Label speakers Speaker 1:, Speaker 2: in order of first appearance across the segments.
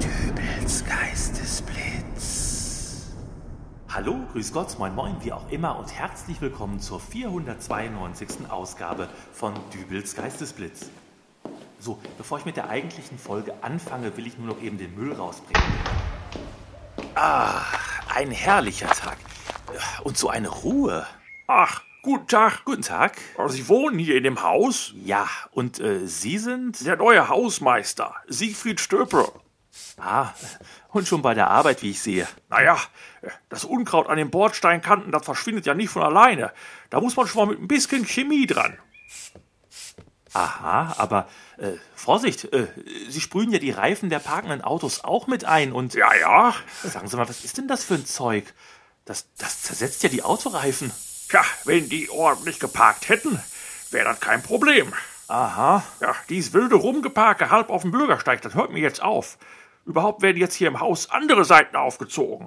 Speaker 1: Dübels Geistesblitz.
Speaker 2: Hallo, grüß Gott, moin moin, wie auch immer und herzlich willkommen zur 492. Ausgabe von Dübels Geistesblitz. So, bevor ich mit der eigentlichen Folge anfange, will ich nur noch eben den Müll rausbringen. Ah, ein herrlicher Tag. Und so eine Ruhe.
Speaker 3: Ach, guten Tag. Oh,
Speaker 2: Guten Tag.
Speaker 3: Sie wohnen hier in dem Haus?
Speaker 2: Ja, und äh, Sie sind?
Speaker 3: Der neue Hausmeister, Siegfried Stöpe.
Speaker 2: Ah, und schon bei der Arbeit, wie ich sehe.
Speaker 3: Naja, das Unkraut an den Bordsteinkanten, das verschwindet ja nicht von alleine. Da muss man schon mal mit ein bisschen Chemie dran.
Speaker 2: Aha, aber äh, Vorsicht, äh, Sie sprühen ja die Reifen der parkenden Autos auch mit ein und
Speaker 3: Ja, ja.
Speaker 2: sagen Sie mal, was ist denn das für ein Zeug? Das, das zersetzt ja die Autoreifen.
Speaker 3: Tja, wenn die ordentlich geparkt hätten, wäre das kein Problem.
Speaker 2: Aha.
Speaker 3: Ja, dies wilde Rumgeparke halb auf dem Bürgersteig, das hört mir jetzt auf. Überhaupt werden jetzt hier im Haus andere Seiten aufgezogen.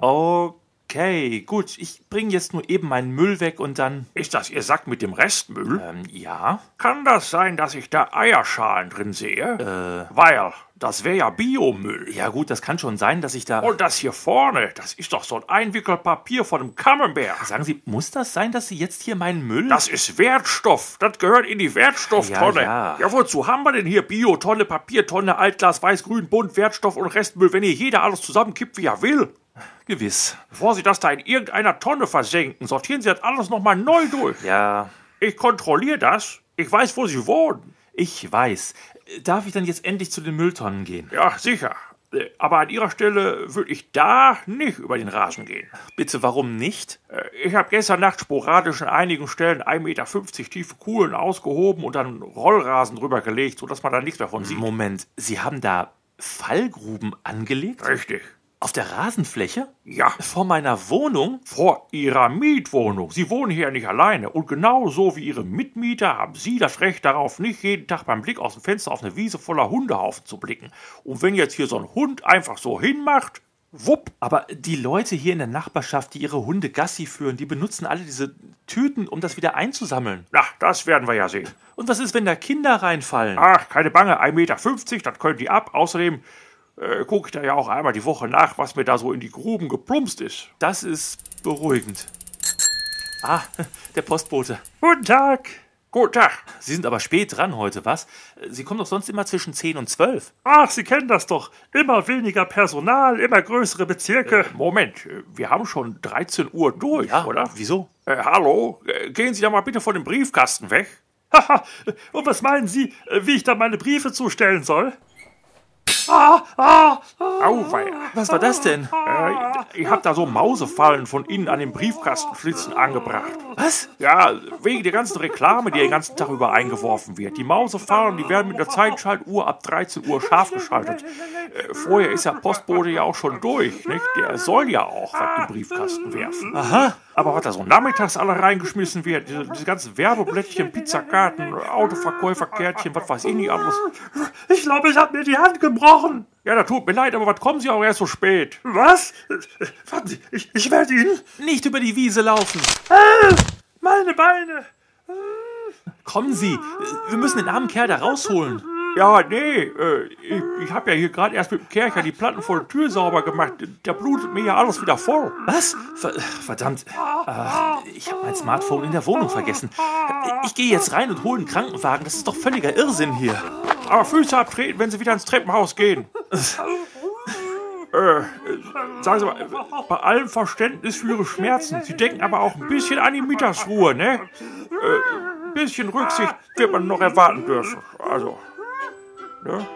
Speaker 2: Okay, gut, ich bringe jetzt nur eben meinen Müll weg und dann.
Speaker 3: Ist das Ihr Sack mit dem Restmüll?
Speaker 2: Ähm, ja.
Speaker 3: Kann das sein, dass ich da Eierschalen drin sehe? Weil, das wäre ja Biomüll.
Speaker 2: Äh. Ja, gut, das kann schon sein, dass ich da.
Speaker 3: Und das hier vorne, das ist doch so ein Einwickelpapier von einem Camembert.
Speaker 2: Sagen Sie, muss das sein, dass Sie jetzt hier meinen Müll.
Speaker 3: Das ist Wertstoff. Das gehört in die Wertstofftonne.
Speaker 2: Ja, ja.
Speaker 3: wozu haben wir denn hier Biotonne, Papiertonne, Altglas, Weiß, Grün, Bunt, Wertstoff und Restmüll, wenn hier jeder alles zusammenkippt, wie er will?
Speaker 2: Gewiss.
Speaker 3: Bevor Sie das da in irgendeiner Tonne versenken, sortieren Sie das alles nochmal neu durch.
Speaker 2: Ja,
Speaker 3: Ich kontrolliere das. Ich weiß, wo Sie wohnen.
Speaker 2: ich weiß. Äh, Darf ich dann jetzt endlich zu den Mülltonnen gehen?
Speaker 3: Ja, sicher. Äh, Aber an Ihrer Stelle würde ich da nicht über den Rasen gehen.
Speaker 2: Bitte, warum nicht?
Speaker 3: Äh, Ich habe gestern Nacht sporadisch an einigen Stellen 1,50 Meter tiefe Kuhlen ausgehoben und dann Rollrasen drüber gelegt, sodass man da nichts mehr von sieht.
Speaker 2: Moment, Sie haben da Fallgruben angelegt?
Speaker 3: Richtig.
Speaker 2: Auf der Rasenfläche?
Speaker 3: Ja,
Speaker 2: Vor meiner Wohnung?
Speaker 3: vor Ihrer Mietwohnung. Sie wohnen hier nicht alleine. Und genauso wie Ihre Mitmieter haben Sie das Recht darauf, nicht jeden Tag beim Blick aus dem Fenster auf eine Wiese voller Hundehaufen zu blicken. Und wenn jetzt hier so ein Hund einfach so hinmacht, wupp,
Speaker 2: Aber die Leute hier in der Nachbarschaft, die ihre Hunde Gassi führen, die benutzen alle diese Tüten, um das wieder einzusammeln.
Speaker 3: na, das werden wir ja sehen.
Speaker 2: Und was ist, wenn da Kinder reinfallen?
Speaker 3: Ach, keine Bange, 1,50 Meter, das können die ab. Außerdem äh, gucke ich da ja auch einmal die Woche nach, was mir da so in die Gruben geplumpst ist.
Speaker 2: Das ist beruhigend. Ah, der Postbote.
Speaker 3: Guten Tag. Guten Tag.
Speaker 2: Sie sind aber spät dran heute, was? Sie kommen doch sonst immer zwischen 10 und 12.
Speaker 3: Ach, Sie kennen das doch. Immer weniger Personal, immer größere Bezirke. Äh, Moment, äh, wir haben schon 13 Uhr durch, oder?
Speaker 2: Wieso?
Speaker 3: Äh, hallo, äh, gehen Sie da mal bitte von dem Briefkasten weg. Haha, und was meinen Sie, äh, wie ich da meine Briefe zustellen soll? Ah, ah, Auweia.
Speaker 2: Was war das denn?
Speaker 3: Äh, ich hab da so Mausefallen von Ihnen an den Briefkastenschlitzen angebracht.
Speaker 2: Was?
Speaker 3: Ja, wegen der ganzen Reklame, die den ganzen Tag über eingeworfen wird. Die Mausefallen, die werden mit der Zeitschaltuhr ab 13 Uhr scharf geschaltet. Äh, vorher ist der Postbote ja auch schon durch, nicht? Der soll ja auch was in den Briefkasten werfen.
Speaker 2: Aha.
Speaker 3: Aber was da so nachmittags alle reingeschmissen wird, diese, diese ganzen Werbeblättchen, Pizzakarten, Autoverkäuferkärtchen, was weiß ich nicht alles. Ich glaube, ich habe mir die Hand gebrochen. Ja, da tut mir leid, aber was kommen Sie auch erst so spät? Was? Warten Sie, ich, ich werde Ihnen...
Speaker 2: Nicht über die Wiese laufen.
Speaker 3: Meine Beine!
Speaker 2: Kommen Sie, äh, wir müssen den armen Kerl da rausholen.
Speaker 3: Ja, nee, äh, ich, ich habe ja hier gerade erst mit dem Kercher die Platten vor der Tür sauber gemacht. Da blutet mir ja alles wieder voll.
Speaker 2: Was? Ver verdammt. Ah, ich habe mein Smartphone in der Wohnung vergessen. Ich gehe jetzt rein und hole einen Krankenwagen. Das ist doch völliger Irrsinn hier.
Speaker 3: Aber Ah, Füße abtreten, wenn Sie wieder ins Treppenhaus gehen. äh, äh, sagen Sie mal, äh, bei allem Verständnis für Ihre Schmerzen, Sie denken aber auch ein bisschen an die Mittagsruhe, ne? Äh, ein bisschen Rücksicht wird man noch erwarten dürfen. Also, ne?